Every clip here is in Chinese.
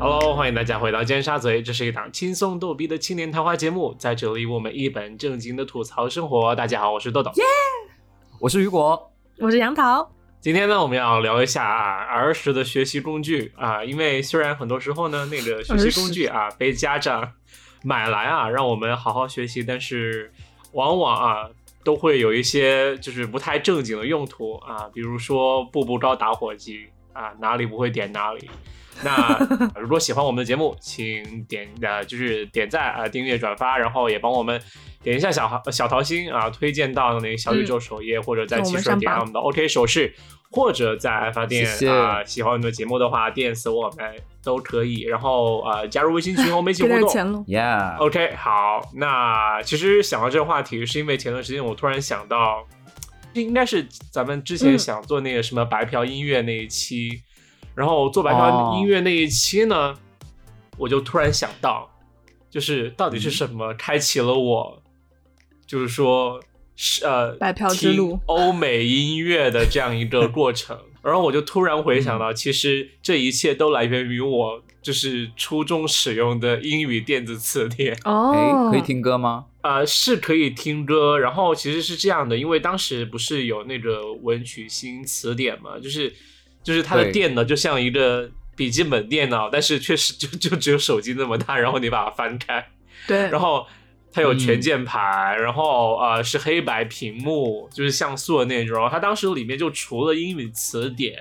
Hello，欢迎大家回到尖沙咀，这是一档轻松逗逼的青年谈话节目，在这里我们一本正经的吐槽生活。大家好，我是豆豆。我是雨果，我是杨桃，今天呢，我们要聊一下啊儿时的学习工具啊，因为虽然很多时候呢，那个学习工具啊被家长买来啊，让我们好好学习，但是往往啊都会有一些就是不太正经的用途啊，比如说步步高打火机啊，哪里不会点哪里。 那如果喜欢我们的节目，请点呃就是点赞啊、订阅、转发，然后也帮我们点一下小小桃心啊，推荐到那个小宇宙首页、或者在嗯让我汽们水上点榜上我们的 OK 手势。或者在爱发电谢谢啊、喜欢我们的节目的话，电死我们都可以。然后呃，加入微信群和我们一起给互点动。乾隆。 yeah， OK，好，那其实想到这个话题，是因为前段时间我突然想到，应该是咱们之前嗯想做那个什么白嫖音乐那一期，然后做白嫖音乐那一期呢，我就突然想到，就是到嗯底是什么开启了我，就是说是呃白嫖之路听欧美音乐的这样一个过程。然后我就突然回想到，其实这一切都来源于我就是初中使用的英语电子词典。哎哦，，可以听歌吗？呃，是可以听歌，然后其实是这样的，因为当时不是有那个文曲星词典嘛，就是就是它的对电脑就像一个笔记本电脑，但是确实就就只有手机那么大，然后你把它翻开，对，然后它有全嗯键盘，然后呃是黑白屏幕，就是像素的那种。它当时里面就除了英语词典，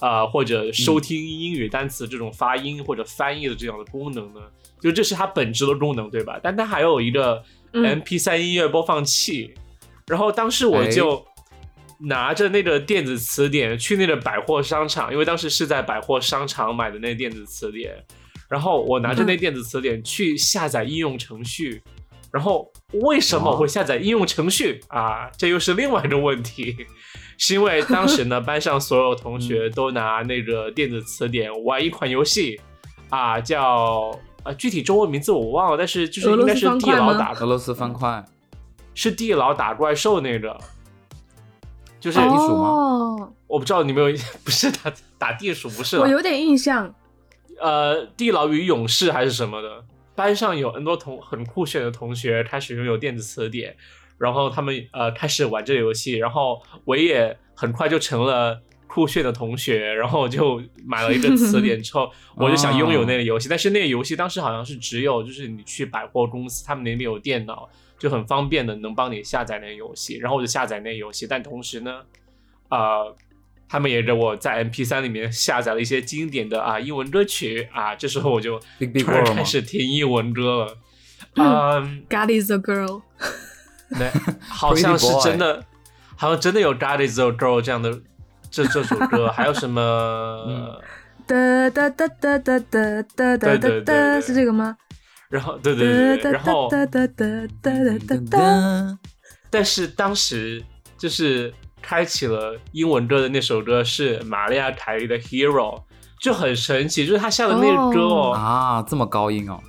呃或者收听英语单词这种发音或者翻译的这样的功能呢，就这是它本质的功能，对吧？但它还有一个嗯 MP 3音乐播放器，然后当时我哎就。拿着那个电子词典去那个百货商场，因为当时是在百货商场买的那个电子词典，然后我拿着嗯那电子词典去下载应用程序，然后为什么我会下载应用程序啊？这又是另外一个问题，是因为当时呢班上所有同学都拿那个电子词典玩一款游戏啊，叫啊具体中文名字我忘了，但是就是应俄罗斯该是方地块牢吗打俄罗斯方块，是地牢打怪兽那个，就是、哦哦，我不知道你们有 不是打打地鼠不是啦我有点印象，呃地牢与勇士还是什么的，班上有很多同很酷炫的同学开始拥有电子词典，然后他们呃开始玩这个游戏，然后我也很快就成了。酷炫的同学，然后我就买了一个词典之后，我就想拥有那个游戏。但是那个游戏当时好像是只有，就是你去百货公司，他们那边有电脑，就很方便的能帮你下载那个游戏。然后我就下载那个游戏，但同时呢，呃，他们也给我在 MP 3里面下载了一些经典的啊英文歌曲啊，这时候我就 Big Big 突然 World 开吗始听英文歌 了。嗯， God is a girl，对，好像是 Pretty Boy 真的，好像真的有《God Is a Girl》这样的这这首歌，还有什么？ 嗯哒哒哒哒哒哒对哒哒对对哒对哒，是这个吗？然后对哒对对对，然哒后嗯哒哒哒哒哒哒哒，噔但是当时就是开启了英文歌的那首歌是玛利亚凯莉的《Hero》，就很神奇，就是她下的那个歌哦哦啊，这么高音哦，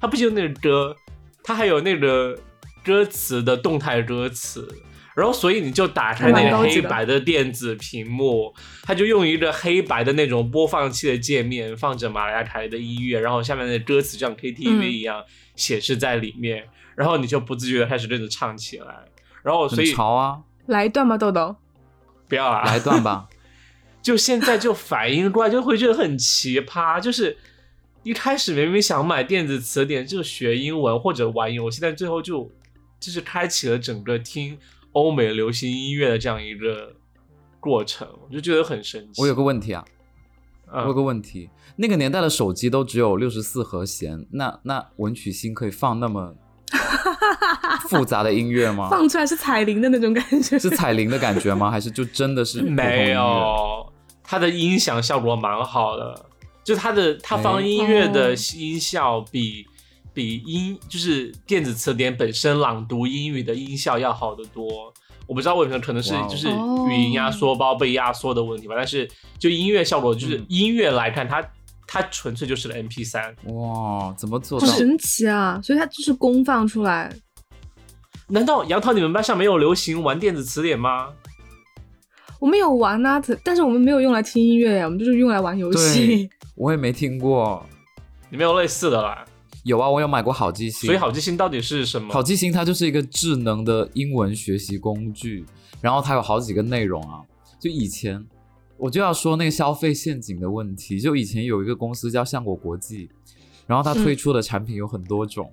它不仅有那个歌，它还有那个歌词的动态歌词。然后，所以你就打开那蛮个高级黑的白的电子屏幕，它就用一个黑白的那种播放器的界面放着马来凯莉的音乐，然后下面的歌词就像 KTV 嗯一样显示在里面，然后你就不自觉的开始跟着唱起来。然后，所很以潮啊，来一段吧，豆豆。不要啊，来一 段吧，就现在就反应过来，就会觉得很奇葩。 就是一开始明明想买电子词典，就学英文或者玩游戏，但最后就就是开启了整个听欧美流行音乐的这样一个过程，我就觉得很神奇。我有个问题啊，我有嗯，个问题，那个年代的手机都只有六十四和弦，那那文曲星可以放那么复杂的音 乐吗？放出来是彩铃的那种感觉，是彩铃的感觉吗？还是就真 的是普通没音乐？有，它的音响效果蛮好的，就它的它放音乐的哎哦音效比。比音就是电子词典本身朗读英语的音效要好得多。我不知道为什么，可能是哇哦就是语音压缩包被压缩的问题吧。但是就音乐效果，就是嗯音乐来看，它它纯粹就是个 MP 三。哇，怎么做好到？神奇啊！所以它就是公放出来，难道杨桃你们班上没有流行玩电子词典吗？我们有玩啊，但是我们没有用来听音乐呀，我们就是用来玩游戏。我也没听过。你没有类似的啦。有啊，我有买过好记星。所以好记星到底是什么？好记星它就是一个智能的英文学习工具，然后它有好几个内容啊。就以前我就要说那个消费陷阱的问题，就以前有一个公司叫相果国际，然后它推出的产品有很 多种，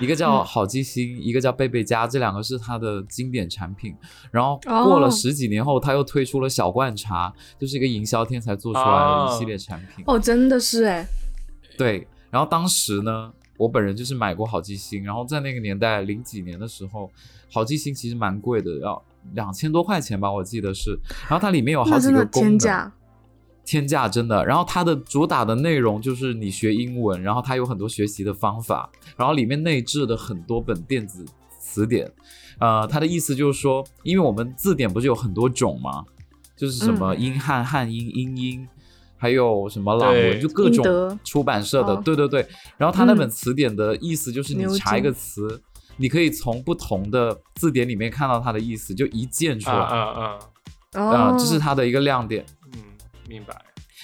一个叫好记星，一个叫贝贝佳，这两个是它的经典产品。然后过了哦十几年后，它又推出了小罐茶，就是一个营销天才做出来的一系列产品。哦，真的是哎，对，然后当时呢，我本人就是买过好记星，然后在那个年代零几年的时候，好记星其实蛮贵的，要两千多块钱吧，我记得是。然后它里面有好那几真个的功天能，价。天价真的。然后它的主打的内容就是你学英文，然后它有很多学习的方法，然后里面内置的很多本电子词典。呃，它的意思就是说，因为我们字典不是有很多种吗？就是什么嗯英汉、汉英、英英，还有什么朗文，对就各英种德出版社的，哦对对对。然后它那本嗯词典的意思就是你牛查一个津词。你可以从不同的字典里面看到它的意思，就一键出啊来啊啊，啊哦，这是它的一个亮点。嗯，明白。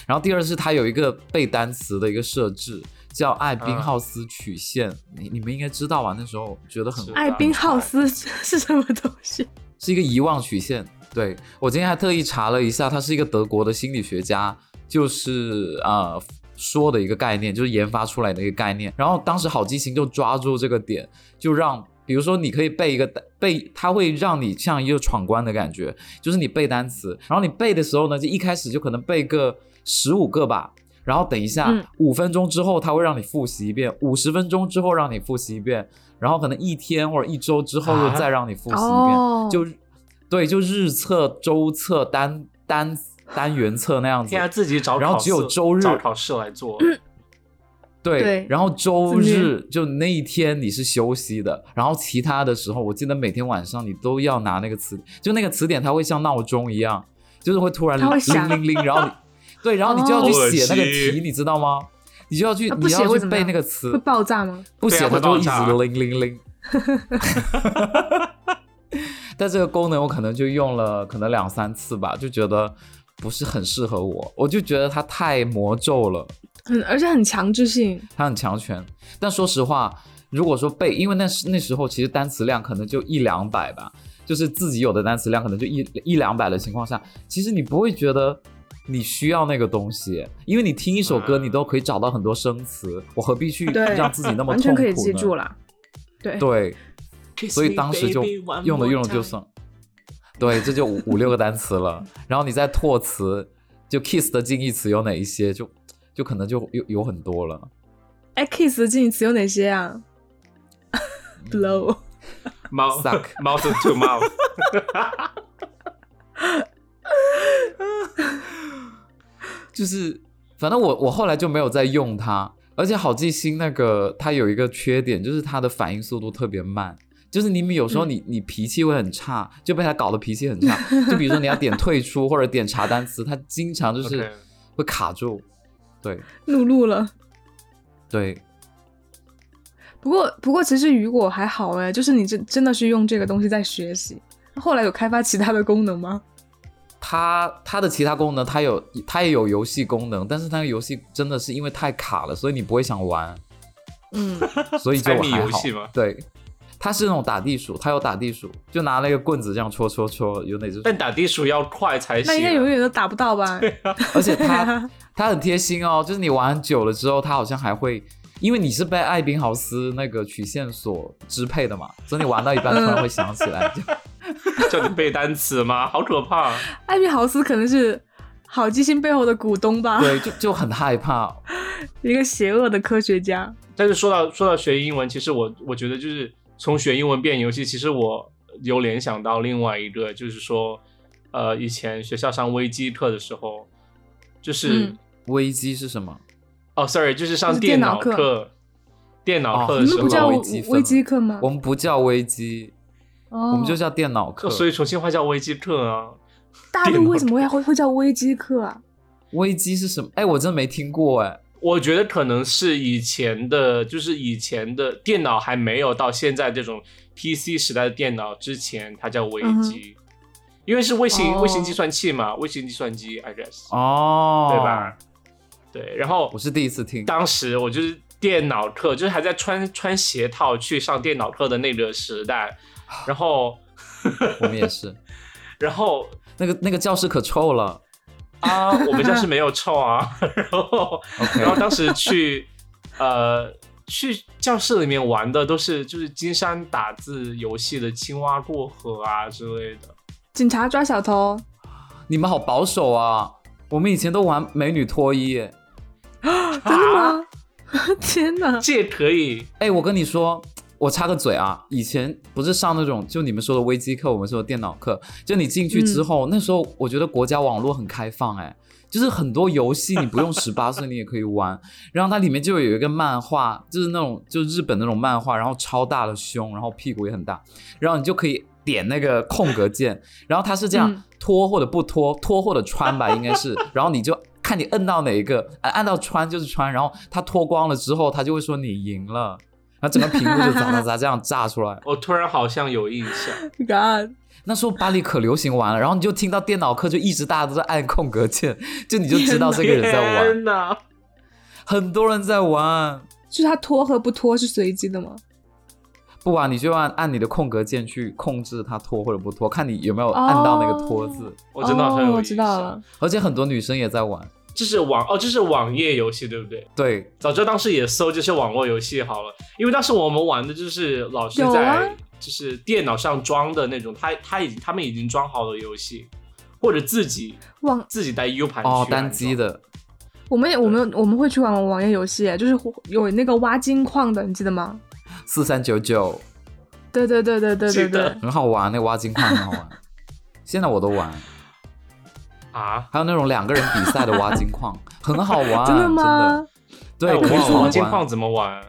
然后第二是它有一个背单词的一个设置，叫艾宾浩斯曲线，你你们应该知道吧？那时候觉得很是艾宾浩啊斯是什么东西？是一个遗忘曲线。对我今天还特意查了一下，他是一个德国的心理学家，就是呃说的一个概念，就是研发出来的一个概念。然后当时好记星就抓住这个点，就让比如说你可以背一个背，它会让你像一个闯关的感觉，就是你背单词，然后你背的时候呢，就一开始就可能背个十五个吧。然后等一下嗯，五、分钟之后他会让你复习一遍，五十分钟之后让你复习一遍，然后可能一天或者一周之后又啊再让你复习一遍，哦，就对，就日测、周测、单单单元测那样子现。在自己找考试，然后只有周日找考试来 做。对，对然后周自日虐就那一天你是休息的，然后其他的时候，我记得每天晚上你都要拿那个词，就那个词典它会像闹钟一样，就是会突然它会铃响铃铃，然后你 对，然后你就要去哦写那个恶题，心你知道吗？你就要去，啊不你写要会去怎么背样那个词，会爆炸吗？不对写啊它会就爆一炸直啊铃铃 铃。但这个功能我可能就用了可能两三次吧，就觉得不是很适合我，我就觉得它太魔咒了，很嗯而且很强制性，它很强权。但说实话，如果说背，因为那时那时候其实单词量可能就一两百吧，就是自己有的单词量可能就一一两百的情况下，其实你不会觉得。你需要那个东西，因为你听一首歌，嗯你都可以找到很多生词，我何必去对让自己那么完全痛苦可呢？以记住啦。对，对， Kiss 所以 me, 当时就 baby, one 用的 more 用的就 time 剩，对，这就五五六个单 词了。然后你再拓词，就 kiss 的近义词有哪一些？就就可能就有有很多了。哎，kiss 的近义词有哪些啊嗯？blow， mouth Suck mouth to mouth。就是反正我我后来就没有再用它，而且好记星那个它有一个缺点，就是它的反应速度特别慢。就是你们有嗯时候你、你脾气会很差，就被它搞得脾气很 差。就比如说你要点退出或者点查单词，它经常 就是 OK 会卡住。对怒路了。对，不过不过，其实雨果还好哎，就是你真真的是用这个东西在学习。后来有开发其他的功能吗？它它的其他功能，它有它也有游戏功能，但是它的游戏真的是因为太卡了，所以你不会想玩，嗯，所以就猜谜还游好戏吗。对，它是那种打地鼠，它有打地鼠，就拿那个棍子这样戳戳戳，有哪只？但打地鼠要快才 那应该永行。啊远都打不到 吧？而且它它很贴心哦，就是你玩久了之后，它好像还会。因为你是被艾宾豪斯那个曲线所支配的嘛，所以你玩到一半突然会想起 来，就叫你背单词吗？好可怕！ 艾宾豪斯可能是好记性背后的股东吧，对，就就很害怕。一个邪恶的科学家。但是说到说到学英文，其实我我觉得就是从学英文变游戏，其实我有联想到另外一个，就是说，呃，以前学校上微机课的时候，就是、嗯危机是什么？哦，sorry，就是就上是电脑脑课课，电脑哦课你的时们不候，叫微积分微机课吗我？们不叫危机，哦，我们就叫电脑课。所以重庆话叫微机课啊。大陆为什么会会会叫微机课啊？危机是什么？哎，我真没听过哎。我觉得可能是以前的，就是以前的电脑还没有到现在这种 PC 时代的电脑之前，它叫微机，因为是微型、哦微型计算器嘛，微型计算机，I guess，、哦，对吧？？对，然后我是第一次听，当时我就是电脑课，就是还在穿穿鞋套去上电脑课的那个时代，然后我们也是，然后 那个那个教室可臭了。啊，我们教室没有臭啊， 然后 OK 然后当时去呃去教室里面玩的都是就是金山打字游戏的青蛙过河啊之类的，警察抓小偷， 你们好保守啊！我们以前都玩美女脱衣耶。啊真的吗？ 天哪！这也可以哎，我跟你说，我插个嘴啊，以前不是上那种就你们说的微机课，我们说的电脑课，就你进去之后，那时候我觉得国家网络很开放，哎，就是很多游戏你不用十八岁你也可以玩，然后它里面就有一个漫画，就是那种就日本那种漫画，然后超大的胸，然后屁股也很大，然后你就可以。点那个空格键，然后它是这样嗯脱或者不脱，脱或者穿吧，应该是，然后你就看你摁到哪一个，按按到穿就是穿，然后它脱光了之后，它就会说你赢了，然后整个屏幕就咋 咋咋这样炸出来。我突然好像有印象， God，那时候巴黎可流行玩了，然后你就听到电脑课就一直大家都在按空格键， 就你就知道这个人在玩，天哪！很多人在玩。就是他脱和不脱是随机的吗？不玩你就按按你的空格键去控制它脱或者不脱，看你有没有按到那个脱字。我真的很哦有我印知象，道了，而且很多女生也在玩，这是网哦，这是网页游戏对不对？对，早知道当时也搜这些网络游戏好了，因为当时我们玩的就是老师有在、啊就是电脑上装的那种，他他已经他们已经装好的游戏，或者自己网自己带 U 盘哦去，单安机装，的，我们也我们我们会去玩网页游戏，就是有那个挖金矿的，你记得吗？四三九九对对对对对对记得对，很好玩，那挖金矿很好玩，现在我都玩。啊，还有那种两个人比赛的挖金矿， 很好 玩，真的的吗？啊真对，哎我很跟你好说，玩黄金矿怎么玩？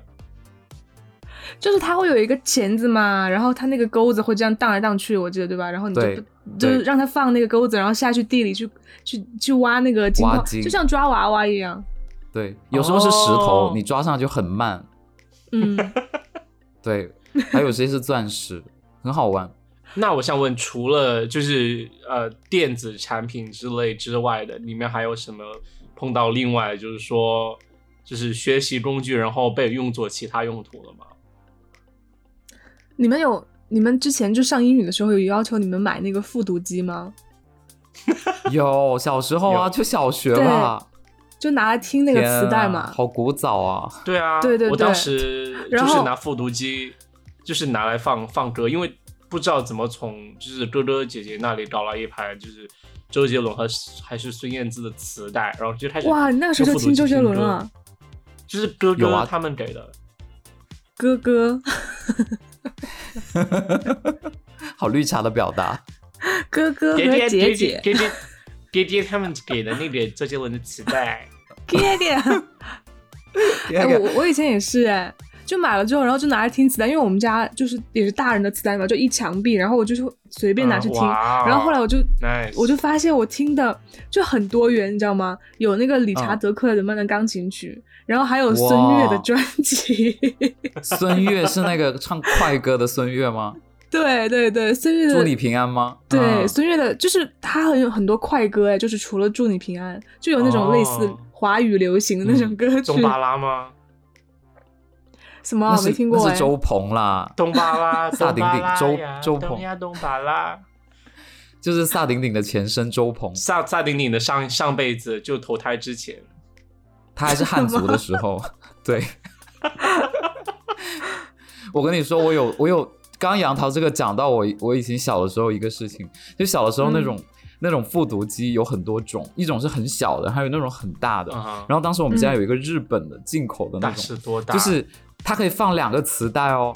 就是它会有一个钳子嘛，然后它那个钩子会这样荡来荡去，我记得对吧？然后你就对不就是让它放那个钩子，然后下去地里去去去挖那个金挖矿，金就像抓娃娃一样。对，有时候是石头，哦你抓上就很慢，嗯，对，还有些是钻石，很好玩。那我想问，除了就是呃电子产品之类之外的，你们还有什么碰到另外就是说就是学习工具，然后被用作其他用途了吗？你们有你们之前就上英语的时候有要求你们买那个复读机吗？有小时候啊，有就小学吧，就拿来听那个天啊磁带嘛。好古早啊！对啊，对对我对当时就然是后拿复读机，就是拿来放放歌，因为不知道怎么从就是哥哥姐姐那里搞来一排就是周杰伦和还是孙燕姿的磁带，然后就开始哇，你那个时候就听周杰伦了了，，就是哥有哥啊他们给的，哥哥 好绿茶的表达，哥 哥和爹爹姐爹爹爹姐 爹爹爹他们给的那个周杰伦的磁 带，爹爹。第哎，二个我我以前也是哎，就买了之后，然后就拿来听磁带，因为我们家就是也是大人的磁带嘛，就一墙壁，然后我就是随便嗯拿去听。哦然后后来我就来嗯哦 nice，我就发现我听的就很多元，你知道吗？有那个理查嗯德克莱德曼的钢琴曲，然后还有孙悦的哇专辑。 孙悦是那个唱快歌的孙悦吗？对对对，孙悦祝的你平安吗？对，嗯孙悦的，就是他很有很多快歌哎，就是除了祝你平安，就有那种类似哦华语流行的那种嗯歌曲，东巴拉吗？什么那啊是没听过那哎是。周鹏啦，东巴 拉，萨顶顶周东巴拉呀周鹏东呀东巴拉。就是萨顶顶的前身周鹏，萨萨顶顶的上上辈子就投胎之前，他还是汉族的时候， 对。我跟你说，我有我有，刚刚杨桃这个讲到我我以前小的时候一个事情，就小的时候那种、那种复读机有很多种，一种是很小的，还有那种很大的。然啊然后当时我们家嗯有一个日本的进口的那啊大种，是多大？就是它可以放两个磁带哦，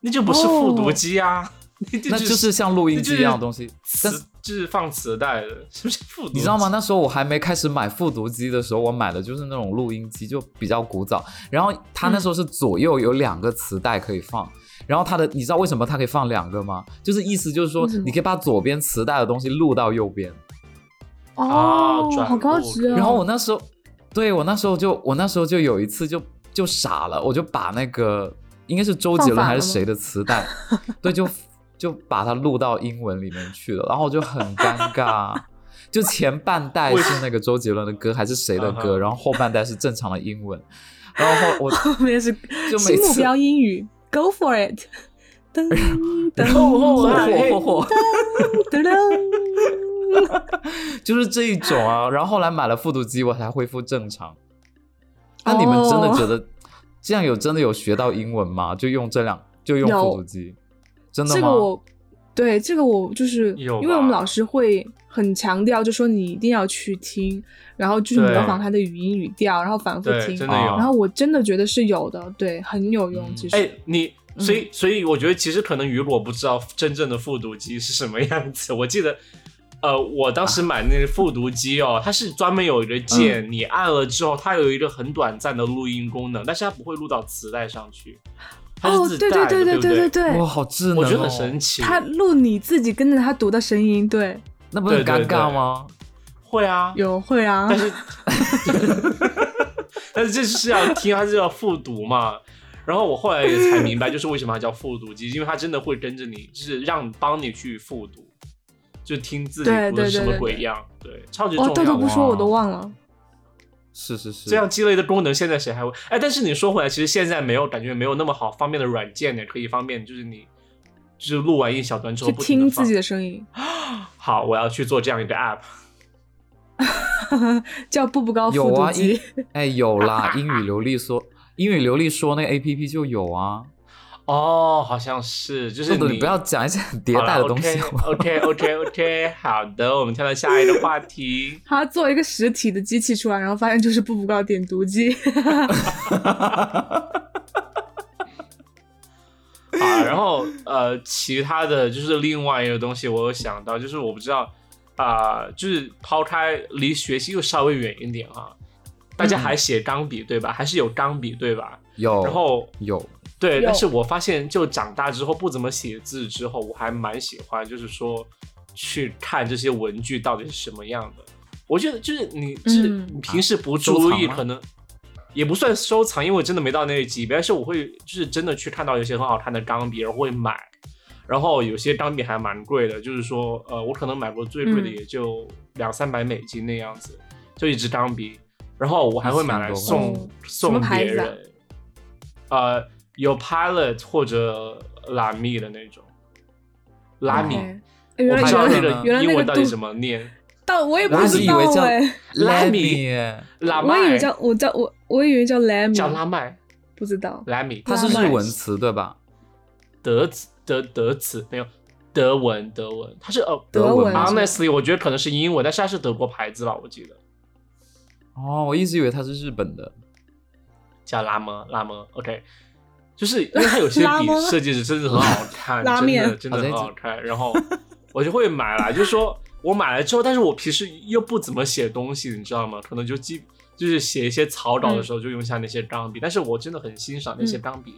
那就不是复读机啊， 那就那就是像录音那就机是一样的东西。但磁就是放磁带的，是不是复读？你知道吗？？那时候我还没开始买复读机的时候，我买的就是那种录音机，就比较古早。然后它那时候是左右有两个磁带可以放，然后它的你知道为什么它可以放两个吗？就是意思就是说为什么你可以把左边磁带的东西录到右边。啊哦，转好高录级哦。然后我那时候，对我那时候就我那时候就有一次就就傻了，我就把那个应该是周杰伦还是谁的磁 带，对，就就把它录到英文里面去了，然后我就很尴尬。就前半代是那个周杰伦的歌还是谁的嗯 歌，哼然后后半代是正常的英文，然后后我后面是就每新目次哎标英语，Go for it！噔哦噔后后嚯啊噔嚯嚯嚯， 噔，就是这一种啊。然后后来买了复读机，我才恢复正常。那你们真的觉哦得这样有真的有学到英文吗？就用这两就用有复读机，真的吗？这个我对这个我就是，因有为我们吧老师会很强调，就说你一定要去听，然后就是对模仿他的语音语调，然后反复对，听真。的啊有然。后我真的觉得是有的，对，很有用。嗯其实，哎，你嗯所以所以我觉得其实可能雨果不知道真正的复读机是什么样子。我记得，呃，我当啊时买那个复读机哦，它是专门有一嗯个键，你按了之后，它有一个很短暂的录音功能，但是它不会录到磁带上去，它哦是，自对带的，对对不对对对，哇，好智能、哦，我觉得很神奇。他录你自己跟着他读的声音，对，那不是很对对尴尬对吗？会啊，有会啊但，是， 但是这是要听，它是要复读嘛。然后我后来也才明白，就是为什么它叫复读机，因为它真的会跟着你，就是让帮你去复读，就听自己对读的对什么对鬼对样，对，超级重哦，豆要豆啊不的。说我都忘了。是是是，这样鸡肋的功能，现在谁还会？哎，但是你说回来，其实现在没有感觉没有那么好方便的软件呢，可以方便就是你就是录完一小段之后去不停听地自放己。的声音， 好，我要去做这样一个 app。叫步步高复有读啊，机英。哎有啦， 英语流利说英语流利说那个 A P P 就有啊。哦，好像是，就是豆豆，你你不要讲一些很迭代的东西好吗 OK OK OK，好的，我们跳到下一个话题。他做一个实体的机器出来，然后发现就是步步高点读机。好，然后呃，其他的就是另外一个东西，我有想到，就是我不知道啊、就是抛开离学习又稍微远一点啊，大家嗯还写钢笔、对吧？还是有钢笔对吧？有，然后有，对，有但是我发现就长大之后不怎么写字之后，我还蛮喜欢，就是说去看这些文具到底是什么样的。我觉得就是你，就是嗯你平时不啊收注藏意，吗可能也不算收藏，因为我真的没到那个级别。但是我会就是真的去看到有些很好看的钢笔，然后会买。然后有些钢笔还蛮贵的，就是说，呃，我可能买过最贵的嗯也就两三百美金那样子，就一支钢笔。然后我还会买来1000送多嗯什么送牌别子啊人，呃，有 Pilot 或者拉米的那种，拉米，哎我原不来知道那原来个呢原来英那文个到读底怎么念，到我也不然后你知以道为叫哎、拉米米，拉我以麦为叫我叫我我以为叫 Lemmy，叫拉麦，不知道拉米，它是拉麦日文词对吧？德词德德词没有德文德文，它是呃德文文吗是吧 Honestly，我觉得可能是英文，但是它是德国牌子吧，我记得哦，我一直以为它是日本的。叫拉么拉么，OK，就是因为它有些 拉笔么设计的真的很好看，拉真的面真的很好看，然后我就会买来，就是说我买来之后，但是我平时又不怎么写东西，你知道吗？可能就记就是写一些草稿的时候就用一下那些钢笔，但是我真的很欣赏那些嗯钢笔，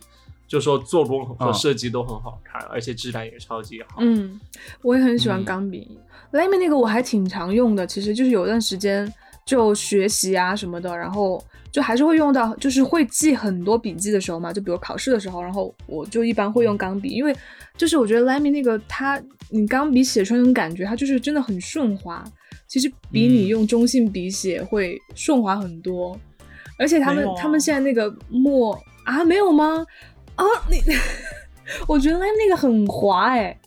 就说做工和嗯设计都很好看，而且质感也超级好，嗯，我也很喜嗯欢钢笔。Lemmy 那个我还挺常用的，其实就是有段时间就学习啊什么的，然后就还是会用到，就是会记很多笔记的时候嘛，就比如考试的时候，然后我就一般会嗯用钢笔，因为就是我觉得 Lemmy 那个它，你钢笔写出来那种感觉，它就是真的很顺滑，其实比嗯你用中性笔写会顺滑很多，而且他没们、有啊他们现在那个墨啊没有吗？啊你，我觉得那个很滑哎、嗯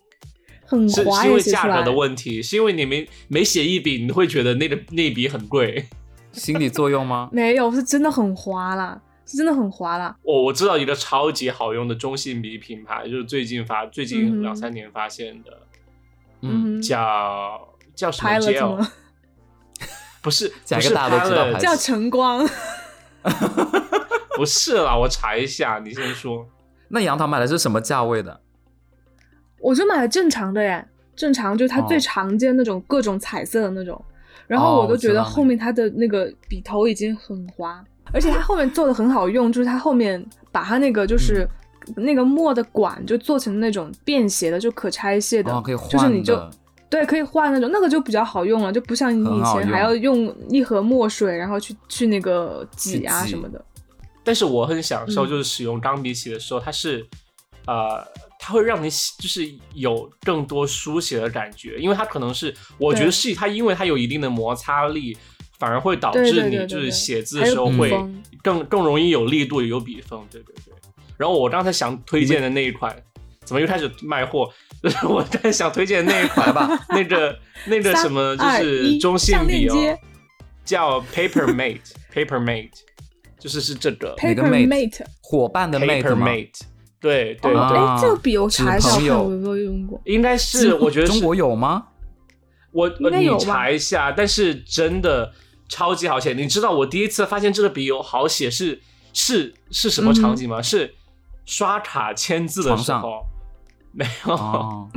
很是滑是因也为写价出来？格的。问题，是因为你没没写一笔，你会觉得那个那笔很贵。心理作用吗 没有，是真的很滑啦，是真的很滑啦。我我知道一个超级好用的中性笔品牌，就是最近发最嗯近哼两三年发现的，嗯，哼，叫叫什么拍了怎哦 gel？么不是讲一个大家都知道牌子叫晨光？ 不是啦，我查一下，你先说。那杨桃买的是什么价位的？我就买了正常的耶，正常就是它哦最常见那种各种彩色的那种。然后哦我都觉我知道得那个后面它的那个笔头已经很滑，而且它后面做的很好用，就是它后面把它那嗯个就是。那个墨的管就做成那种便携的，就可拆卸的，哦，可以就是你换就的。对，可以换那种，那个就比较好用了，就不像你很以好前还用要用一盒墨水，然后去去那个挤去啊挤什么的。但是我很享受，嗯就是使用钢笔写的时候，它是呃，它会让你写就是有更多书写的感觉，因为它可能是我觉得对是它，因为它有一定的摩擦力，反而会导对对致对你对就是对写字还的有时候笔会锋更更容易有力度，有笔锋，对对对。然后我刚才想推荐的那一嗯款，怎么又开始卖货？ 就是我在想推荐的那一款 吧，那个那个什么，就三二是一中性上链笔哦接，叫 Paper Mate Paper Mate，就是是这个哪个 Paper mate？ Mate，伙伴的 mate Paper 吗？ Mate，对对哦，对，啊哎，这个笔我查一下，纸我看朋友我有没有用过。应该是我觉得中是国有吗？我呃应该你有吧查一下，但是真的超级好写。你知道我第一次发现这个笔有好写是是是什么场景吗？嗯是刷卡签字的时床候，没有、哦，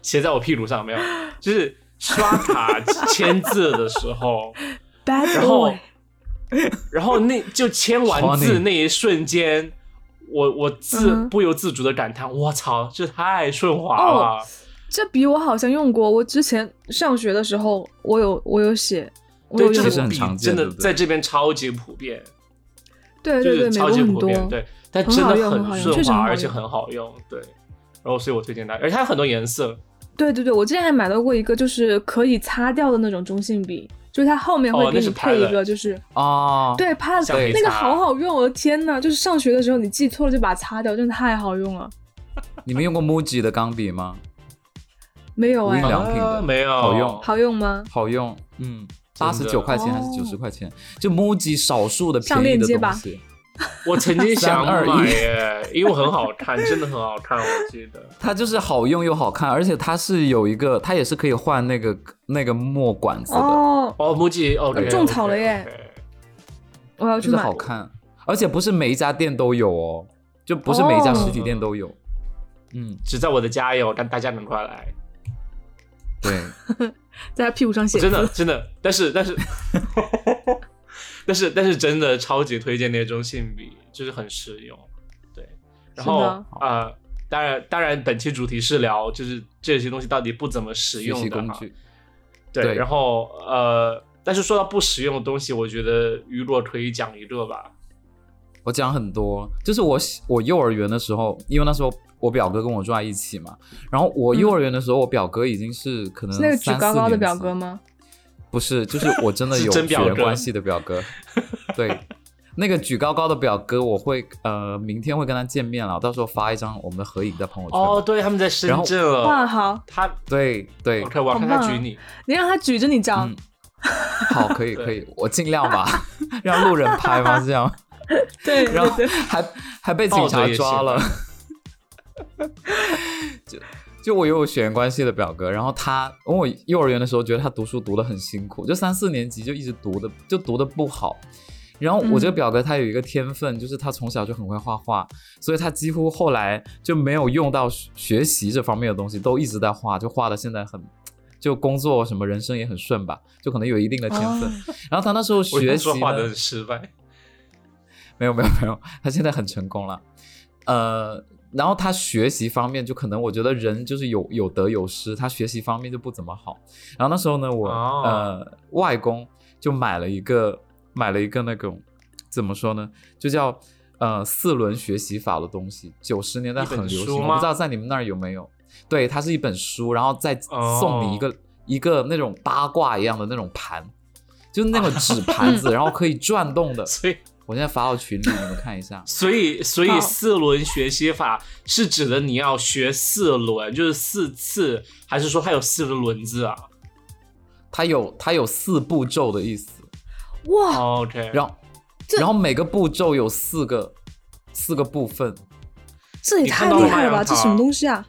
写在我屁股上，没有，就是刷卡签字的时 候， Bad 然后 boy，然后那就签完 Funny 字那一瞬间。我我自嗯哼不由自主的感叹，我操，这太顺滑哦了！这笔我好像用过。我之前上学的时候，我有我有写，我有对，用这过个是。很笔常见真的对不对在这边超级普遍。对就对对，是美超国级很普多。遍，对，但很真好的用很好很用顺确实很滑，好而且用很好用，对。然后所以我推荐大家，而且它有很多颜色，对对对，我之前还买到过一个，就是可以擦掉的那种中性笔，就是它后面哦会给那是你配 Pilot 一个，就是哦，对 p a 橡皮那个擦好好用，我的天呐，就是上学的时候你记错了就把它擦掉，真的太好用了。你们用过 MUJI 的钢笔吗？没有无印哎，良品的啊没有好用好用吗？好用，嗯，真八的十九块钱还是哦九十块钱？就 MUJI 少数的上便宜链的接东吧西，我曾经想 三二一买耶，因为很好看，真的很好看，我记得。它就是好用又好看，而且它是有一个，它也是可以换那个那个墨管子的，哦，哦，木吉哦，呃 OK，种草了 OK，耶 OK 我要就去是买好。看，而且不是每一家店都有哦，就不是每一家实体店都哦有。嗯， 只在我的家有，但大家赶快来， 对，在他屁股上写我 真的字。真的，但是 但是，但是但是真的超级推荐那中性笔，就是很实用，对。然后是的呃，当然当然，本期主题是聊就是这些东西到底不怎么实学用习的工哈具。对，对然后呃，但是说到不实用的东西，我觉得雨果可以讲一个吧。我讲很多，就是我小我幼儿园的时候，因为那时候我表哥跟我住在一起嘛，然后我幼儿园的时候，我表哥已经是可嗯能是那个举三高高的表？四哥年级吗？不是，就是我真的是有血真表缘哥关系的表 哥。对，那个举高高的表哥，我会呃明天会跟他见面了，到时候发一张我们的合影在朋友圈。哦，，对，他们在深然后圳了。哇，好，他对对， OK，我要好看他棒啊举你。你让他举着你长嗯，好，可以 对可以，我尽量吧， 让路人拍吗？这样，对对然后对， 还还被警察抓了 哦。就就我有血缘关系的表哥，然后他，因为我幼儿园的时候觉得他读书读得很辛苦，就三四年级就一直读的就读的不好。然后我这个嗯表哥他有一个天分，就是他从小就很会画画，所以他几乎后来就没有用到学学习这方面的东西，都一直在画，就画的现在很，就工作什么人生也很顺吧，就可能有一定的天分。哦然后他那时候我学刚习说话呢的很失败。没有没有没有，他现在很成功了。呃，然后他学习方面就可能我觉得人就是有有得有失，他学习方面就不怎么好。然后那时候呢，我、哦呃外公就买了一个买了一个那种怎么说呢，就叫呃四轮学习法的东西，九十年代一本很流书行，我吗不知道在你们那儿有没有。对，它是一本书，然后再哦送你一个、一个那种八卦一样的那种盘，就是那种纸 盘子，然后可以转动的。所以。我现在发到群里，你们看一下所以所以好四轮学习法是指的你要学四轮，就是四次，还是说它有四个轮子啊它有它有四步骤的意思，哇，哦？OK，哦然后然后每个步骤有四个四个部分。这也你看太到了厉害了吗吧！这什么东西啊？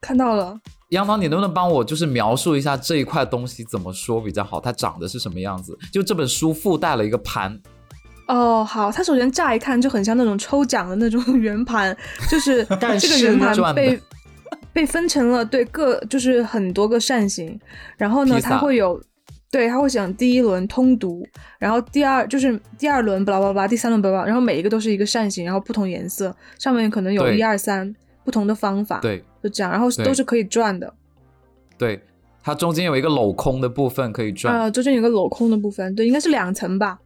看到了，杨导，你能不能帮我就是描述一下这一块东西怎么说比较好？它长得是什么样子？就这本书附带了一个盘，哦，好，它首先乍一看就很像那种抽奖的那种 圆盘，就是 但这个是圆呢转盘的被被分成了对各就是很多个扇形，然后呢，披萨它会有对，它会想第一轮通读，然后第二就是第二轮巴拉巴拉巴拉，第三轮巴拉巴拉，然后每一个都是一个扇形，然后不同颜色，上面可能有对一二三不同的方法，，对就这样，然后对都是可以转的，对，它中间有一个镂空的部分可以转。呃，中间有个镂空的部分，对，应该是两层吧，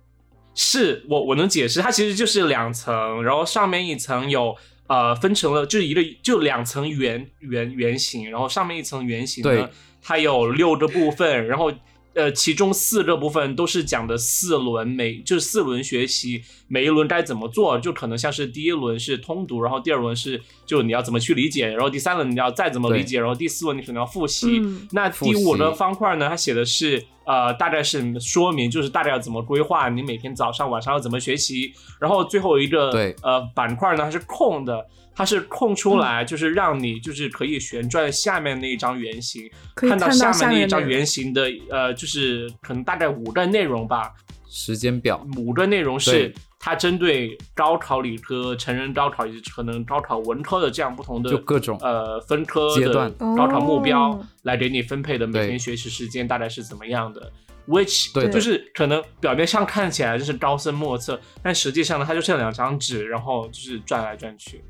是我我能解释，它其实就是两层，然后上面一层有呃分成了就是一个就两层圆圆圆形，然后上面一层圆形呢对，它有六个部分，然后呃其中四个部分都是讲的四轮每就是四轮学习，每一轮该怎么做，就可能像是第一轮是通读，然后第二轮是就你要怎么去理解，然后第三轮你要再怎么对理解，然后第四轮你可能要复习，嗯那复第五个习方块呢，它写的是呃，大概是说明，就是大概要怎么规划，你每天早上晚上要怎么学习。然后最后一个对嗯呃板块呢，它是空的，它是空出来，就是让你就是可以旋转下面那一张圆形，可以看看到到面那一面张的圆形的呃，就是可能大概五个内容吧，时间表，五个内容是对它针对高考理科、成人高考以及可能高考文科的这样不同的就各种呃分科阶的段高考目标哦来给你分配的每对天学习时间大概是怎么样的。which 对就是可能表面上看起来就是高深莫测，但实际上呢，它就是两张纸，然后就是转来转去。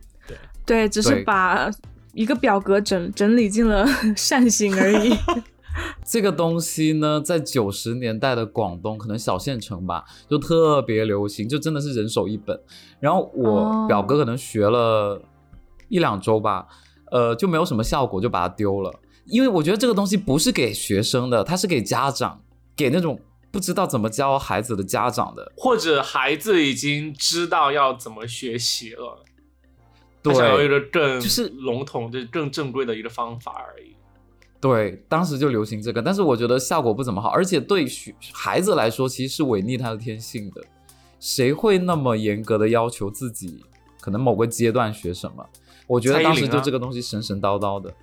对，只是对把一个表格整整理进了 扇形而已。这个东西呢，在九十年代的广东，可能小县城吧，就特别流行，就真的是人手一本。然后哦我表哥可能学了一两周吧，呃，就没有什么效果，就把它丢了。因为我觉得这个东西不是给学生的，它是给家长，给那种不知道怎么教孩子的家长的。或者孩子已经知道要怎么学习了，他想要一对个更就是笼统、就是更正规的一个方法而已。对，当时就流行这个，但是我觉得效果不怎么好，而且对学孩子来说，其实是违逆他的天性的。谁会那么严格的要求自己，可能某个阶段学什么？我觉蔡得依当时林啊就这个东西神神叨叨的。啊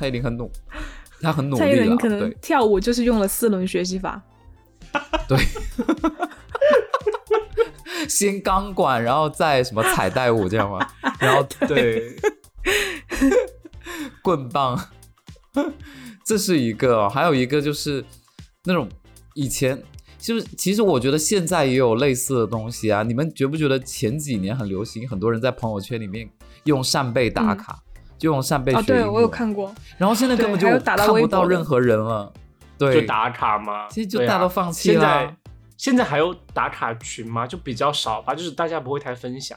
蔡依林很努， 她很努蔡依力了林啊，可能对跳舞就是用了四轮学习法，先钢管，然后再什么彩带舞这样吗？然后 对，棍棒， 这是一个哦、还有一个就是那种以前。就是，其实我觉得现在也有类似的东西啊。你们觉不觉得前几年很流行，很多人在朋友圈里面用扇贝打卡，就用扇贝啊，学嗯对英我有语看过，然后现在根本对就还有打到看不微博到的任何人了。对，就打卡嘛，其实就对啊大家都放弃现啦在现在还有打卡群吗？就比较少吧，就是大家不会太分享。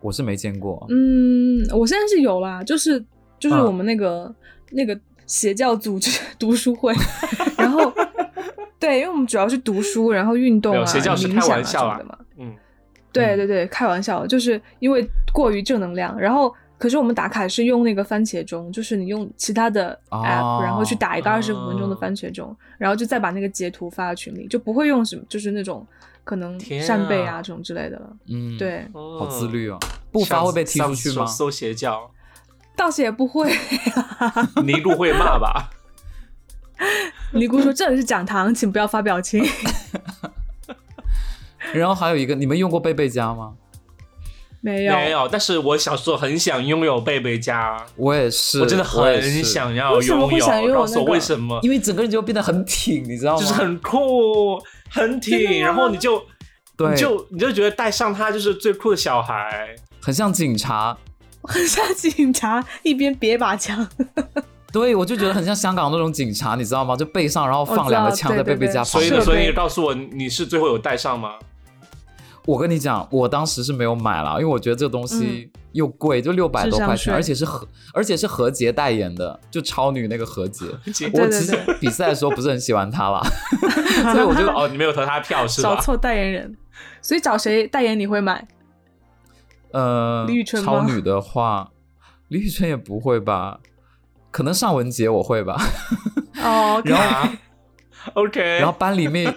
我是没见过。嗯，我现在是有啦，就是就是嗯我们那个、那个邪教组织读书会，然后对，因为我们主要是读书，然后运动没啊、有邪教是冥开想啊玩笑什啦么的嘛。嗯，对嗯对对，开玩笑，就是因为过于正能量。然后，可是我们打卡是用那个番茄钟，就是你用其他的 app，、哦然后去打一个哦二十五分钟的番茄钟，然后就再把那个截图发到群里，就不会用什么，就是那种可能天扇贝啊啊这种之类的了。嗯，，对，好自律哦。哦。不发会被踢出去上吗搜？搜邪教，倒是也不会。啊尼姑会骂 吧？尼姑说：“这里是讲堂，请不要发表情。然后还有一个，你们用过贝贝家吗？”没有，没有，但是我小时候很想拥有贝贝家，我也是，我真的也很是，想要为什么拥会有。想拥有告诉那个我为什么？因为整个人就变得很挺，你知道吗？就是很酷，很真的挺，吗然后你就对你就你就觉得带上它就是最酷的小孩。很像警察。很像警察一边别把枪，对，我就觉得很像香港那种警察，你知道吗？就背上，然后我放知道两个枪在对对贝贝对家旁所以边。呢，设所以备你告诉我，你是最后有带上吗？我跟你讲，我当时是没有买了，因为我觉得这个东西嗯又贵，就六百多块智商税钱，而且是和而且是何洁代言的，就超女那个何洁。姐对我对其实对比赛的时候不是很喜欢 她啦，所以我就哦，你没有投他票是吧找？错代言人。所以找谁代言你会买？呃，李宇春吗超女的话，李宇春也不会吧？可能尚雯婕我会吧。哦，然后，OK，然后班里 面，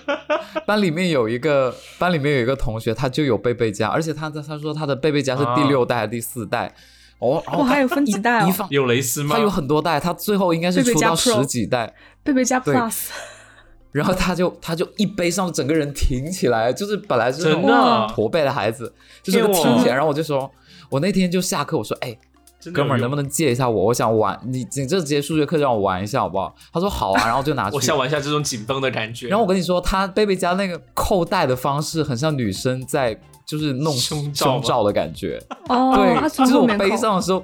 班里面有一个班里面有一个同学，他就有贝贝家，而且他的他说他的贝贝家是第六代还是第四代？哦，然我后还有分几代一哦，放啊有蕾丝吗？他有很多代，他最后应该是贝贝出家到 Pro 十几代。贝贝加对 Plus，然后他就他就一背上，整个人挺起来，就是本来是那真种的啊哇驼背的孩子，就是个骗我挺起来。然后我就说，我那天就下课，我说，哎，真的哥们儿有能不能借一下我？我想玩，你你这节数学课让我玩一下好不好？他说好啊，然后就拿去。我想玩一下这种紧绷的感觉。然后我跟你说，他贝贝家那个扣带的方式，很像女生在就是弄胸罩吗胸罩的感觉。哦，他对，就从是后我面背扣上的时候，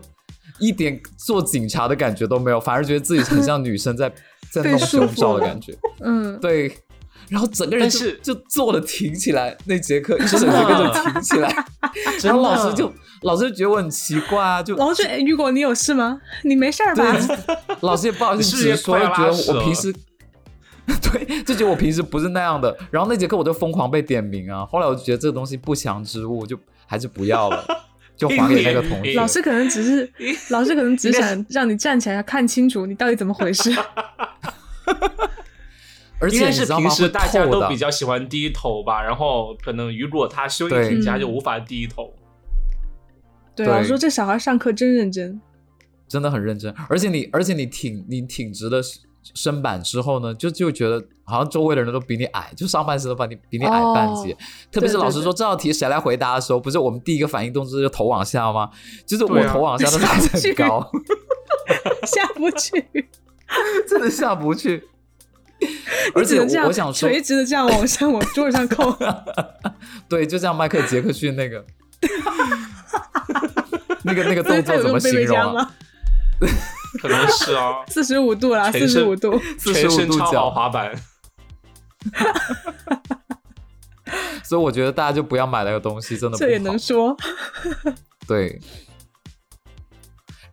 一点做警察的 感觉都没有，反而觉得自己很像女生在在被弄束胸缚罩的了感觉。嗯，对，然后整个人但是就就坐的挺起来，那节课一整节课就挺起来，然后老师就老师就觉得我很奇怪啊，就老师，哎雨果，你有事吗？你没事儿 吧？对，老师也不好意思直说，就觉得我 平时。对，就觉得我平时不是那样的。然后那节课我就疯狂被点名啊。后来我就觉得这个东西不祥之物，就还是不要了，就还给那个 同学。老师可能只 是，老师可能只想让你站起来看清楚你到底怎么回事。而应且该你是知道平吗？时会大家透都的比较喜欢低头吧，然后可能如果他休息对请假就嗯无法低头。对， 对老师说这小孩上课真认 真。真的很认真，而且你而且你挺你挺直的身板之后呢，就就觉得好像周围的人都比你矮，就上半身都把你比你矮半截。哦特别是对对老师说这道题谁来回答的时候，不是我们第一个反应动作就是头往下吗？就是我对啊头往下都抬得很高，下不去， 真的下不去。你而只且能这我样我想说，垂直的这样往上往桌子上 扣。 对，就像迈克尔杰克逊那个那个那个动他作有怎么用贝形贝容佳啊？吗？，可能是啊四十五度啦，全四身十五度。 45全身度超角好滑板， 所以我觉得大家就不要买那个东西，真的不 这也好能说？对。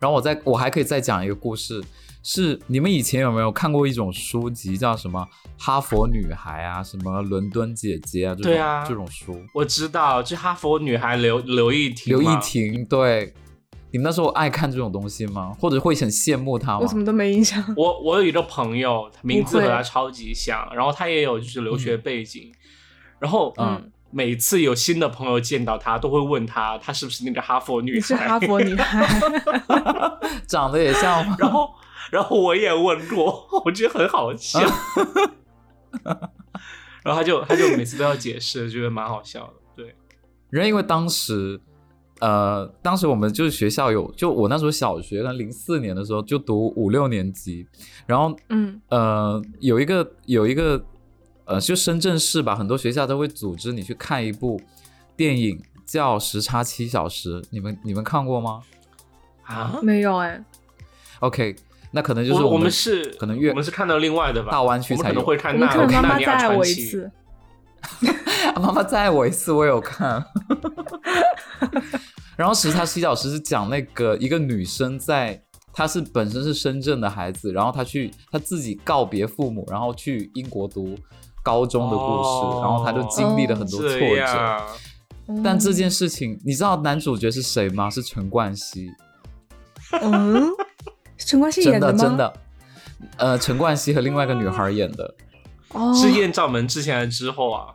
然后我再我还可以再讲一个故事，是你们以前有没有看过一种书籍，叫什么《哈佛女孩》啊，什么《伦敦姐姐》啊，这种对啊这种书，我知道，就哈佛女孩刘刘亦婷刘嘛，亦婷，对。你们那时候爱看这种东西吗？或者会很羡慕她我吗怎？么都没印象。我我有一个朋友，名字和不会他超级像，然后他也有就是留学背景，然后嗯每次有新的朋友见到他，都会问他，他是不是那个哈佛女你孩？是哈佛女 孩，长得也像吗？然后然后我也问过，我觉得很好笑。嗯 然后他就他就每次都要解释，觉得蛮好笑的。对，然后因为当时，呃，当时我们就是学校有，就我那时候小学，可能零四年的时候就读五六年级，然后嗯，呃，有一个有一个呃，就深圳市吧，很多学校都会组织你去看一部电影，叫《时差七小时》，你们你们看过吗啊，没有哎， ？OK，那可能就是我我们是可能越我们是看到另外的吧，大湾区我们才可能有会我看们那看了《妈妈尼再亚爱传我一奇次》，妈妈再爱我一次，我有看。 然后时差七小时是讲那个一个女生在，她是本身是深圳的孩子，然后她去她自己告别父母，然后去英国读高中的故事，哦然后她就经历了很多挫这折。样但这嗯件事情，你知道男主角是谁吗？是陈冠希，嗯， 是陈冠希真演的吗？真，的，呃，陈冠希和另外一个女孩演的。哦，是艳照门之前还是之后啊？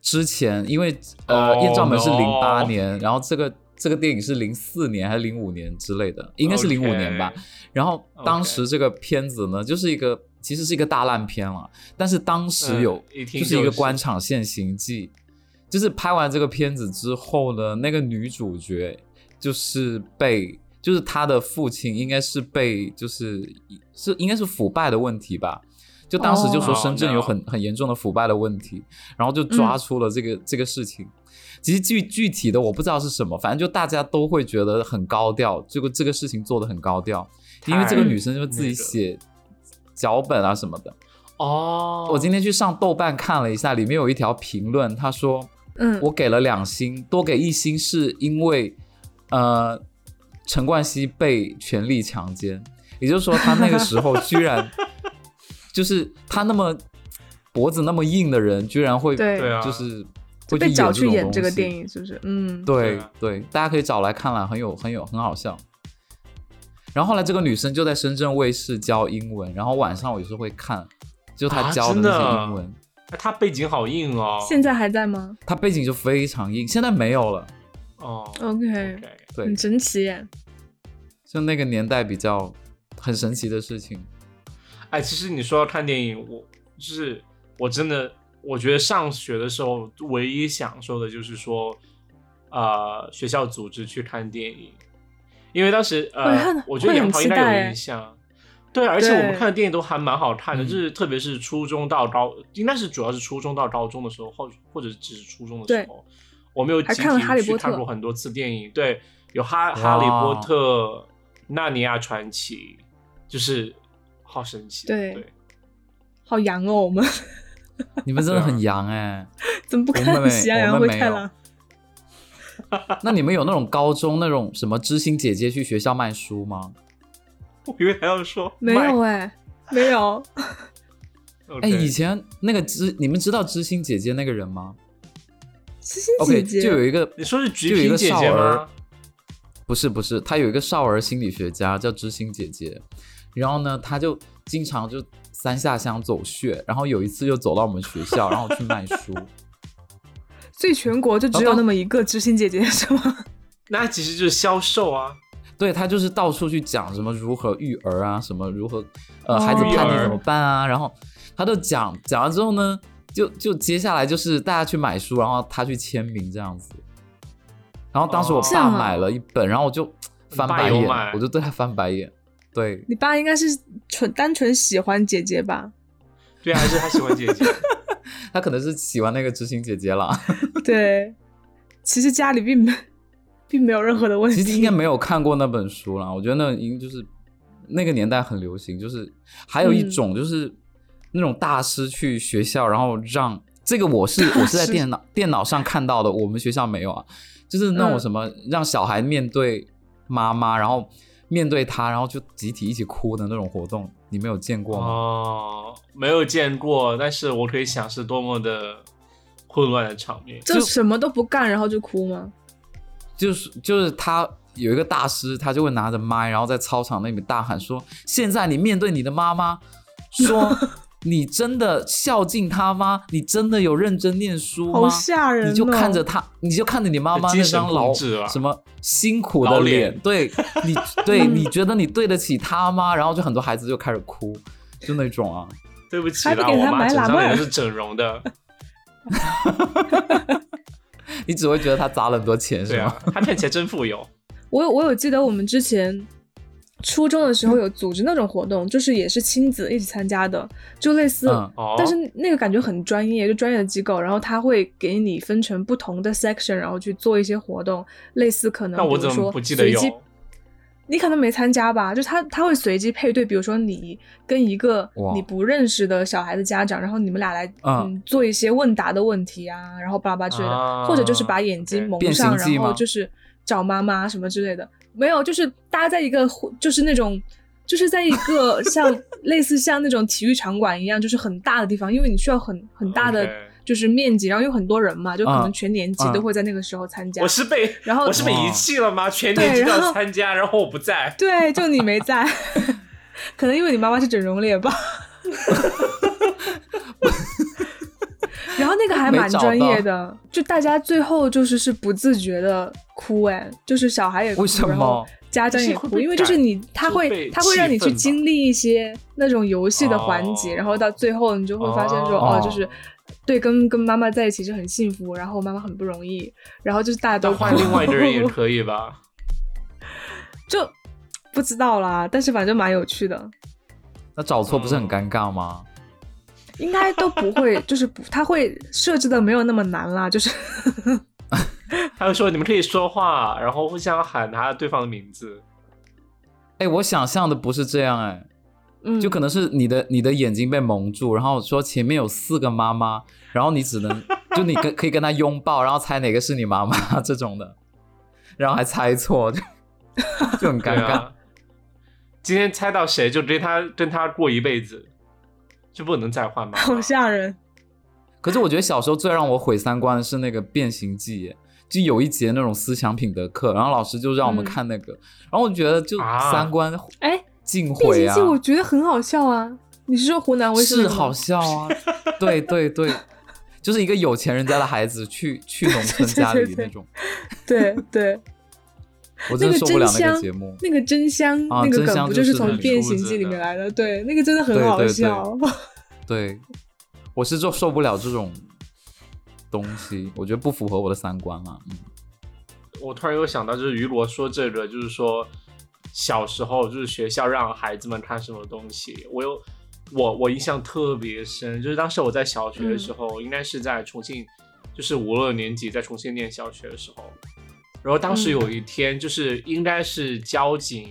之前因为呃， Oh, 艳照门》是 no. 零八年，然后这个这个电影是零四年还是零五年之类的，应该是零五年吧。然后当时这个片子呢，就是一个其实是一个大烂片了，但是当时有、嗯一听就一就个是官场现形记，就是拍完这个片子之后呢，那个女主角就是被。就是她的父亲应该是被，就是是应该是腐败的问题吧，就当时就说哦深圳有 No. 很很严重的腐败的问题，然后就抓出了这个、这个事情。其实具具体的我不知道是什么，反正就大家都会觉得很高调，这个这个事情做的很高调，因为这个太女生就自己那个写脚本啊什么的。哦，我今天去上豆瓣看了一下，里面有一条评论，她说嗯，我给了两星，多给一星是因为呃陈冠希被权力强奸，也就是说他那个时候居 然就是他那么脖子那么硬的人，居然会对对啊就是就会被找去演演这个电影。影，是不是？嗯，对对啊对，大家可以找来看了，很有很有很好笑。然后后来这个女生就在深圳卫视教英文，然后晚上我有时候会看，就她啊教的真那的些英文，他背景好硬哦。现在还在吗她背景就非常硬，现在没有了。哦？OK， ，OK，对，很神奇耶。就那个年代比较很神奇的事情。哎，其实你说要看电影，我就是我真的，我觉得上学的时候唯一享受的就是说，呃，学校组织去看电影，因为当时会很呃，我觉得会杨很涛期应待该有哎印象。对，而且我们对看的电影都还蛮好看的，嗯就是特别是初中到高，应该是主要是初中到高中的时候，或或者只是初中的对时候，我们有还集看了体哈利去波看特过很多次电影，对，有哈哈利波特、纳尼亚传奇，就是好神奇，对对 好洋哦，我们 你们真啊的很洋哎、怎么不我看妹妹喜羊羊我妹灰妹太有狼？那你们有那种高中那种什么知心姐姐去学校卖书吗？我以为还要说没有哎、没有，哎、哎，以前那个知你们知道知心姐姐那个人吗知心姐？OK，姐就有一个你说是橘就有一皮个姐少姐儿吗？，不是不是，她有一个少儿心理学家叫知心姐姐，然后呢，她就经常就三下乡走穴，然后有一次就走到我们学校，然后去卖 书。所以全国就只有那么一个知心姐姐 是吗？那其实就是销售啊，对他就是到处去讲什么如何育儿啊，什么如何呃哦孩子叛育逆儿怎么办啊，然后他都讲讲完之后呢，就就接下来就是大家去买书，然后他去签名这样子。然后当时我哦这爸样啊买了一本，然后我就翻你爸白有眼买，我就对他翻白眼。对，你爸应该是纯单纯喜欢姐姐吧？ 对啊，还是他喜欢姐 姐。他可能是喜欢那个知心姐姐啦，对，其实家里并没并没有任何的问其题。实应该没有看过那本书啦。我觉得那应就是那个年代很流行，就是还有一嗯种就是那种大师去学校，然后让这个 我是我是在师电脑电脑上看到的，我们学校没有啊，就是那种嗯什么让小孩面对妈妈，然后面对他，然后就集体一起哭的那种活动，你没有见过吗？哦，没有见过，但是我可以想是多么的混乱的场面。就什么都不干，然后就哭吗？就是就是他有一个大师，他就会拿着麦，然后在操场那里大喊说：“现在你面对你的妈妈， 说你真的孝敬她吗？你真的有认真念书好吗？”吓人、哦！你就看着她，你就看着你妈妈精那神张老控制啊什么辛苦老的脸 对你，对嗯你觉得你对得起她吗？然后就很多孩子就开始哭，就那种啊，对不起还不啦，给我他妈买整喇张叭脸都是整容的。你只会觉得他砸了很多钱对 是吗？啊，她看起来真富有。我有我有记得我们之前初中的时候有组织那种活动，就是也是亲子一起参加的，就类似，嗯哦，但是那个感觉很专业，就专业的机构，然后他会给你分成不同的 section，然后去做一些活动，类似可能那我比如怎么说不记得有随机你可能没参加吧，就他他会随机配对，比如说你跟一个哇你不认识的小孩的家长，然后你们俩来嗯嗯做一些问答的问题啊，然后巴拉巴拉之类的，啊或者就是把眼睛 OK 蒙变形上，计然后吗就是找妈妈什么之类的，没有，就是大家在一个就是那种。就是在一个 像类似像那种体育场馆一样，就是很大的地方，因为你需要很很大的 OK 就是面积，然后有很多人嘛，就可能嗯全年级嗯都会在那个时候参加。我是被然后我是被遗弃了吗？全年级都要参加，然后我不在。对，就你没在， 可能因为你妈妈是整容脸吧。 然后那个还蛮专业的，就大家最后就是是不自觉的哭，哎，就是小孩也哭，为什然后么？家长也是会哭，被因为就是你他是被会他会让你气去愤吧经历一些那种游戏的环节，哦然后到最后你就会发现说，哦，哦就是对，跟跟妈妈在一起是很幸福，然后妈妈很不容易，然后就是大家那都哭换另外一个人 也可以吧？就不知道啦，但是反正蛮有趣的。那找错不是很尴尬吗？嗯应该都不会， 就是不，他会设置的没有那么难啦，就是他就说你们可以说话，然后互相喊他对方的名字。哎、我想象的不是这样哎、嗯，就可能是你的你的眼睛被蒙住，然后说前面有四个妈妈，然后你只能就你跟 可以跟她拥抱，然后猜哪个是你妈妈这种的，然后还猜错，就就很对尴尬。啊，今天猜到谁就跟他跟他过一辈子，就不能再换妈妈好吓人。可是我觉得小时候最让我毁三观的是那个《变形记》耶，就有一节那种思想品德课，然后老师就让我们嗯看那个，然后我觉得就啊三观哎，尽变毁形啊，记我觉得很好笑啊，你是说湖南卫视是那个吗好笑啊，对对对， 就是一个有钱人家的孩子去去农 村对对家里对那种。对对，我真的受不了那个真那个香节目。那个真香、啊那个真梗香不就就是是从很《变出形自记》里的面来的？对，那个真的很对好对对笑。对，我是受受不了这种东西，我觉得不符合我的三观啊。嗯，我突然又想到，就是雨果说这个，就是说小时候就是学校让孩子们看什么东西，我有我我印象特别深，就是当时我在小学的时候，应该是在重庆，就是五六年级在重庆念小学的时候，然后当时嗯有一天就是应该是交警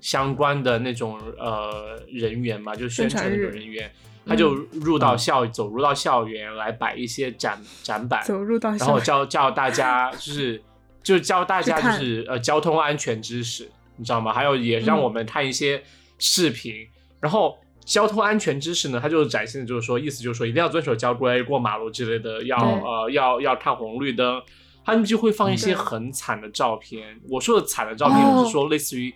相关的那种呃人员嘛，就宣宣传传的那种日人员，他就入到校，走入到校园来摆一些展展板， 走入到然后校，教教大家就是 就教大家去就看是呃交通安全知识，你知道吗？还有也嗯让我们看一些视频，然后交通安全知识呢，它就是展现的就是说，意思就是说一定要遵守交规，过马路之类的，要对呃要要看红绿灯。他们就会放一些对很惨的照片。我说的惨的照片，哦我是说类似于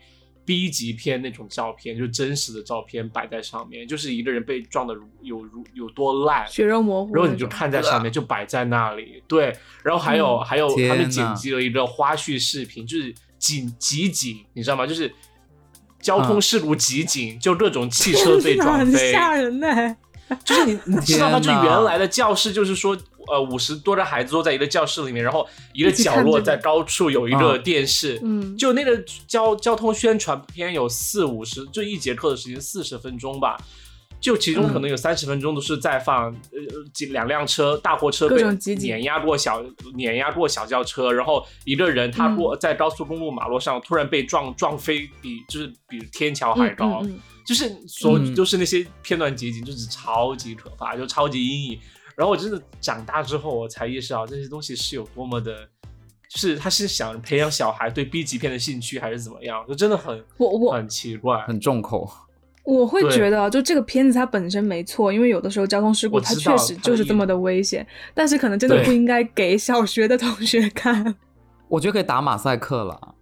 B 级片那种照片，就真实的照片摆在上面，就是一个人被撞的有如有多烂， 血肉模糊那种。然后你就看在上面，就摆在那里。对，然后还有、嗯还有天他们呐剪辑了一个花絮视频，就是紧集锦，你知道吗？就是交通事故集锦，就各种汽车 被嗯天哪撞很飞，吓人呢、就是你你知道吗？就天哪原来的教室就是说。呃，五十多个孩子坐在一个教室里面，然后一个一起看角落这个在高处有一个嗯电视，嗯，就那个交交通宣传片有四五十，就一节课的时间四十分钟吧，就其中嗯可能有三十分钟都是在放、呃几两辆车大货车各被种集锦碾压过小碾压过小轿车，然后一个人他过、嗯在高速公路马路上突然被撞撞飞比就是比天桥还高，嗯嗯嗯就是所、嗯就是那些片段集锦，就是超级可怕，就超级阴影。然后我真的长大之后，我才意识到这些东西是有多么的，就是他是想培养小孩对 B 级片的兴趣，还是怎么样？就真的很我我很奇怪。很重口。我会对觉得，就这个片子它本身没错，因为有的时候交通事故我它知道确实就是这么的危险，但是可能真的对不应该给小学的同学看。我觉得可以打马赛克了，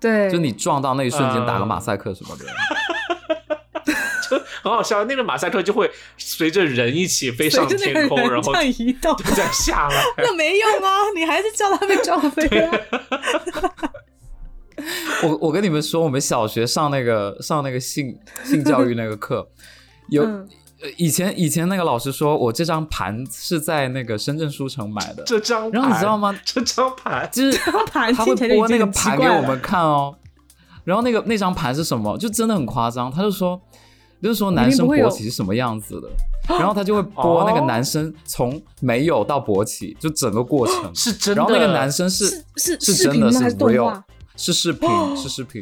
对，就你撞到那一瞬间嗯打个马赛克什么的。很好笑，那个马赛克就会随着人一起飞 随上着那个天空，然人后这样移动，再下来。那没用啊，你还是叫他被撞飞啊了。我我跟你们说，我们小学上那个上那个性性教育那个课，有、嗯呃以前以前那个老师说我这张盘是在那个深圳书城买的，这张然后你知道盘，吗？这张盘就是 张盘他会听起来就播已那经个很奇盘给怪我了们看哦。然后那个那张盘是什么？就真的很夸张，他就说，就是说男一定生不会有哦勃起是什么样 子的，然后他就会播那个男生从没有到勃起就整个过程，是真的。然后那个男生是哦是是是视真频的吗？是还是动 real，画？哦是视频是视频，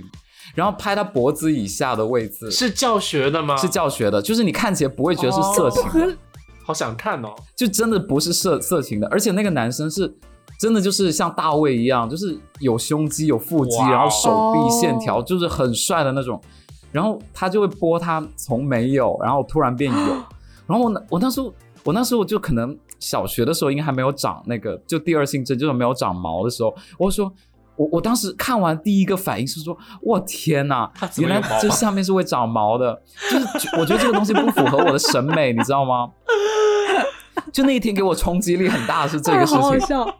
然后拍他脖子以下的位置是教学的吗？是教学的，就是你看起来不会觉得是色哦情不的，合，好想看哦。就真的不是色色情的，而且那个男生是真的就是像大卫一样，就是有胸肌、有腹肌，哇哦然后手臂线条哦就是很帅的那种。然后他就会播他从没有，然后突然变 有。然后我那我那时候我那时候就可能小学的时候应该还没有长那个就第二性征，就是没有长毛的时候，我说。我我当时看完第一个反应是说，我天呐他，怎么原有来毛这啊下面是会长毛的，就是我觉得这个东西不符合我的审美，你知道吗？就那一天给我冲击力很大是这啊个事 好好情， 笑。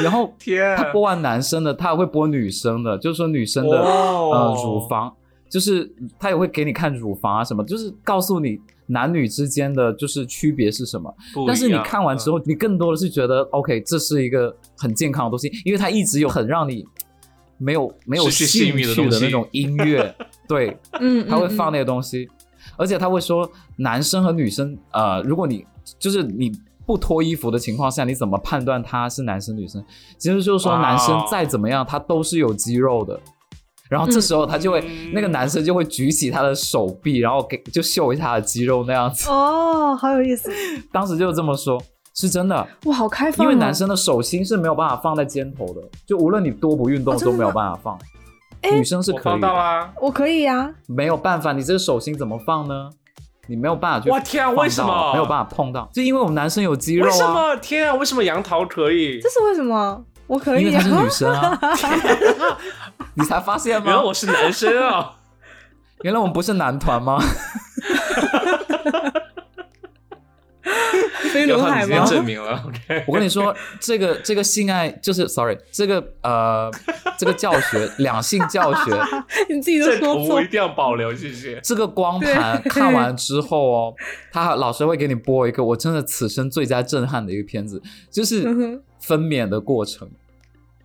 然后天啊他播完男生的，他还会播女生的，就是说女生的、哦呃乳房，就是他也会给你看乳房啊什么，就是告诉你男女之间的就是区别是什么。不一但是你样嗯看完之后，你更多的是觉得 OK，这是一个很健康的东西，因为它一直有很让你没有没有失去性兴欲的趣东的西那种音乐， 对，嗯，他会嗯放嗯那个东西，而且他会说男生和女生，呃，如果你就是你不脱衣服的情况下，你怎么判断他是男生女生？其实就是说哇哦男生再怎么样，他都是有肌肉的。然后这时候他就会，嗯那个男生就会举起他的手臂，然后给就秀一下他的肌肉那样子。哦，好有意 思，当时就这么说，是真的，哇，好开放、因哦。为男生的手心是没有办法放在肩头的，就无论你多不运动哦真都的没有吗办法放。哎女生是我可以放到啊的，啦。我可以啊呀、没有办法，你这个手心怎么放呢？你没有办法去我天 啊，碰到为什么没有办法碰到？就因为我们男生有肌肉为什啊，么？天啊，为什么杨桃 可以这？是为什么？我可因为以、她啊是，女生啊， 你才发现吗？原来我是男生 啊！原来我们不是男团 吗？ 飞杨轮桃，你海今天吗？证明了，OK？ 我跟你说，这个这个性爱就是 sorry，这个呃这个教学两性教学你自己都这说图错一，定要保留，谢谢。这个光盘对看完之 后哦，他老师会给你播一个我真的此生最佳震撼的一个片子，就是嗯哼分娩的过程。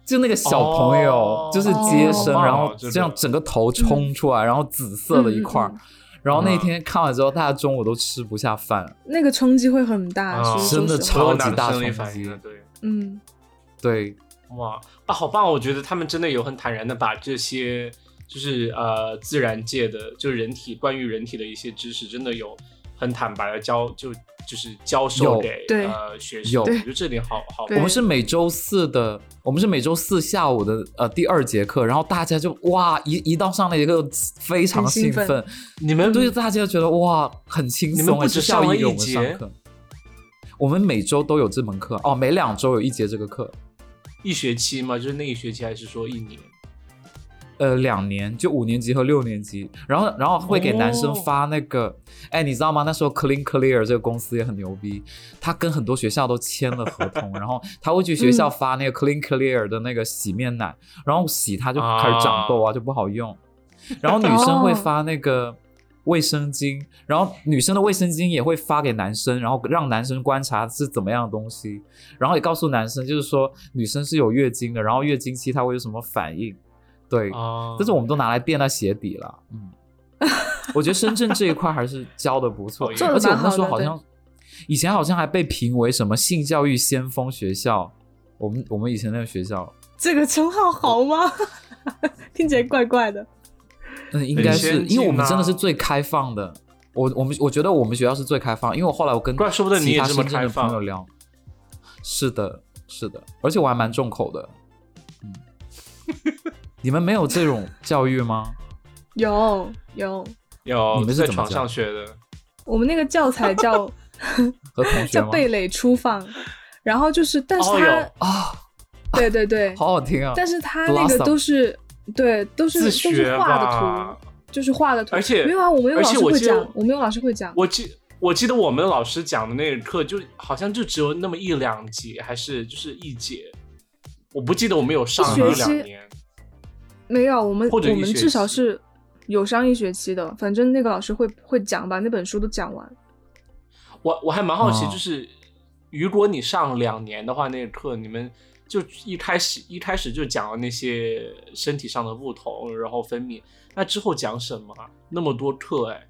就那个小朋友，哦就是接哦好生，棒哦然后这个这样整个头冲出来，然后紫色的一块儿，嗯嗯嗯嗯然后那天看完之后，大家中午都吃不下饭。那个冲击会很大，啊其实说真的实超话所有级男大生力冲反击应了，对。嗯，对，哇啊，好棒！我觉得他们真的有很坦然的把这些，就是呃自然界的，就人体关于人体的一些知识，真的有很坦白的教就就是教授有给对呃学生，有我觉得这点好好。对我们是每周四的，我们是每周四下午的呃第二节课，然后大家就哇一一到上那节课非常很兴兴奋奋，你们对大家觉得哇很轻你们松不哎，只就下午上了一给我一们节上课，我们每周都有这门课哦，每两周有一节这个课，一学期吗？就是那一学期，还是说一年？呃，两年就五年级和六年级，然后然后会给男生哦发那个，哎、你知道吗？那时候 Clean Clear 这个公司也很牛逼，他跟很多学校都签了合同，然后他会去学校发那个 Clean Clear 的那个洗面奶，然后洗它就开始长痘啊，就不好用。然后女生会发那个卫生巾，然后女生的卫生巾也会发给男生，然后让男生观察是怎么样的东西，然后也告诉男生就是说女生是有月经的，然后月经期她会有什么反应，对，啊，这种我们都拿来垫到鞋底了。嗯，我觉得深圳这一块还是教的不错，做得而且我们蛮好那时候的好像以前好像还被评为什么性教育先锋学校，我们我们以前那个学校，这个称号好吗？ 听起来怪怪的。嗯，应该很是先进因为我们啊真的是最开放的。我我们我觉得我们学校是最开放，因为我后来我跟怪说不得你其也他这么深圳开的放朋友聊，是的，是的，而且我还蛮重口的。嗯， 你们没有这种教育吗？有有，有你们是在怎么床教上学的，我们那个教材 叫和同学叫吗？贝蕾初放，然后就是，但是啊哦它、哟啊，对对 对，好好听啊！但是它那个 Blossom 都是对都是自都学是画的吧图，。就是画的图，而且没有啊，我们有而老且师我会记得讲，我们有老师会讲，我记我记得我们老师讲的那个课，就好像就只有那么一两节，还是就是一节，我不记得我们有上一一学两期年。没有，啊我们或者一我们学至少期是有上一学期的，反正那个老师会会讲，把那本书都讲完。我我还蛮好奇，哦就是、如果你上两年的话，那个课你们就一开始一开始就讲了那些身体上的不同，然后分泌，那之后讲什么啊？那么多课哎，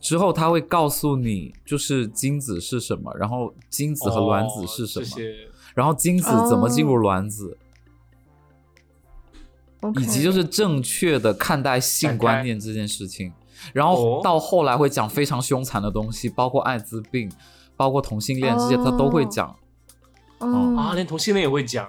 之后他会告诉你，就是精子是什么，然后精子和卵子是什哦么，这些然后精子怎么进哦入卵子， OK，以及就是正确的看待性观念这件事情。然哦后到后来会讲非常凶残的东西，包括艾滋病，包括同性恋这些，他都哦会讲。嗯啊，连同性恋也会讲。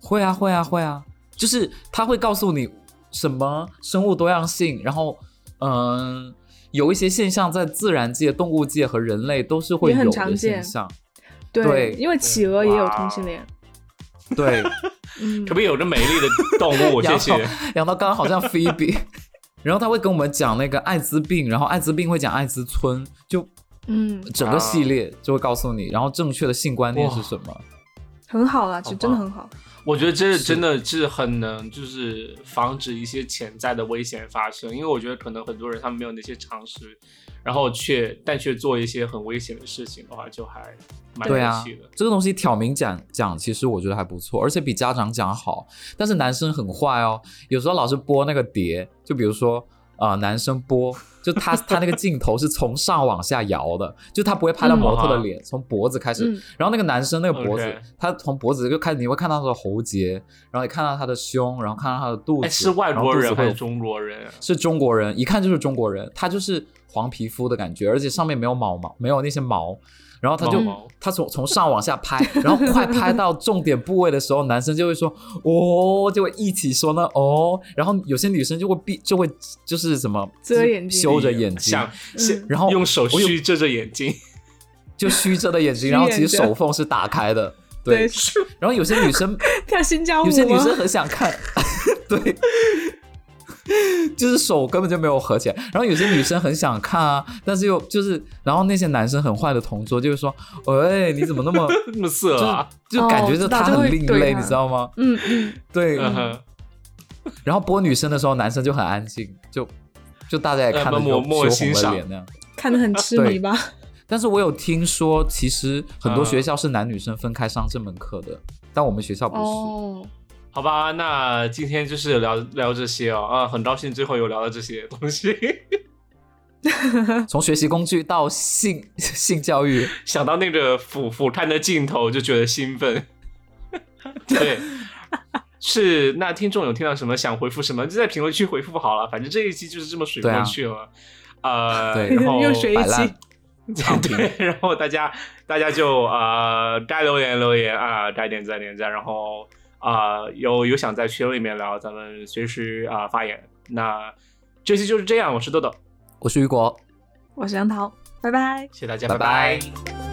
会啊，会啊，会啊，就是他会告诉你什么生物多样性，然后嗯、有一些现象在自然界、动物界和人类都是会也很有常的现见象。对，对嗯因为企鹅也有同性恋，对，嗯特，别有着美丽的动 物，谢杨谢涛。，杨涛刚刚好像菲比， 然后他会跟我们讲那个艾滋病，然后艾滋病会讲艾滋村，就嗯，整个系列啊就会告诉你，然后正确的性观念是什么。很好啦，其实真的很好。嗯我觉得这是真的是很能，就是防止一些潜在的危险发生，因为我觉得可能很多人他们没有那些常识，然后却但却做一些很危险的事情的话，就还蛮对啊可惜的。，这个东西挑明讲讲，其实我觉得还不错，而且比家长讲好。但是男生很坏哦，有时候老是播那个碟，就比如说啊、呃男生播，就他他那个镜头是从上往下摇的，就他不会嗯拍到模啊特的脸，从脖子开始，嗯然后那个男生那个脖子 OK 他从脖子就开始，你会看到他的喉结，然后你看到他的胸，然后看到他的肚子，哎，是外然后国肚子人会还有是中国人啊？是中国人，一看就是中国人，他就是黄皮肤的感觉，而且上面没有毛毛，没有那些毛。然后他就毛毛他从从上往下拍，然后快拍到重点部位的时候，男生就会说哦，就会一起说呢哦，然后有些女生就会闭就会就是什么遮眼睛修着眼睛，哎想，嗯想然后用手我有虚遮着眼睛， 就虚着的眼睛， 虚然后其掩实着手缝是打开的，对对，， 然后有些女生 跳新啊疆舞有些女吗生很想看，对，就是手根本就没有合起来。然后有些女生很想看啊，但是又就是，然后那些男生很坏的同桌就是说：“喂，你怎么那么那么色啊？就就感觉哦就我知道他就很会另怼类，他你知道吗？”嗯嗯，对。嗯哼，然后播女生的时候，男生就很安静，就就大家也呃看得默有默羞欣红了赏脸那样。看得很痴迷吧？ 但是我有听说，其实很多学校是男女生分开上这门课的，但我们学校不是。哦，好吧，那今天就是聊聊这些哦，啊，很高兴最后有聊到这些东西。从学习工具到性性教育，想到那个俯俯瞰的镜头就觉得兴 奋。对，是那听众有听到什么想回复什么，就在评论区回复好了。反正这一期就是这么水对过啊去了。呃，对然后又学一摆期烂， 躺平对，然后大家大家就呃该留言留言啊，该点赞点赞，然后啊、有有想在群里面聊，咱们随时啊、发言。那这期就是这样，我是豆豆，我是雨果。我是杨桃，拜拜。谢谢大家，拜拜拜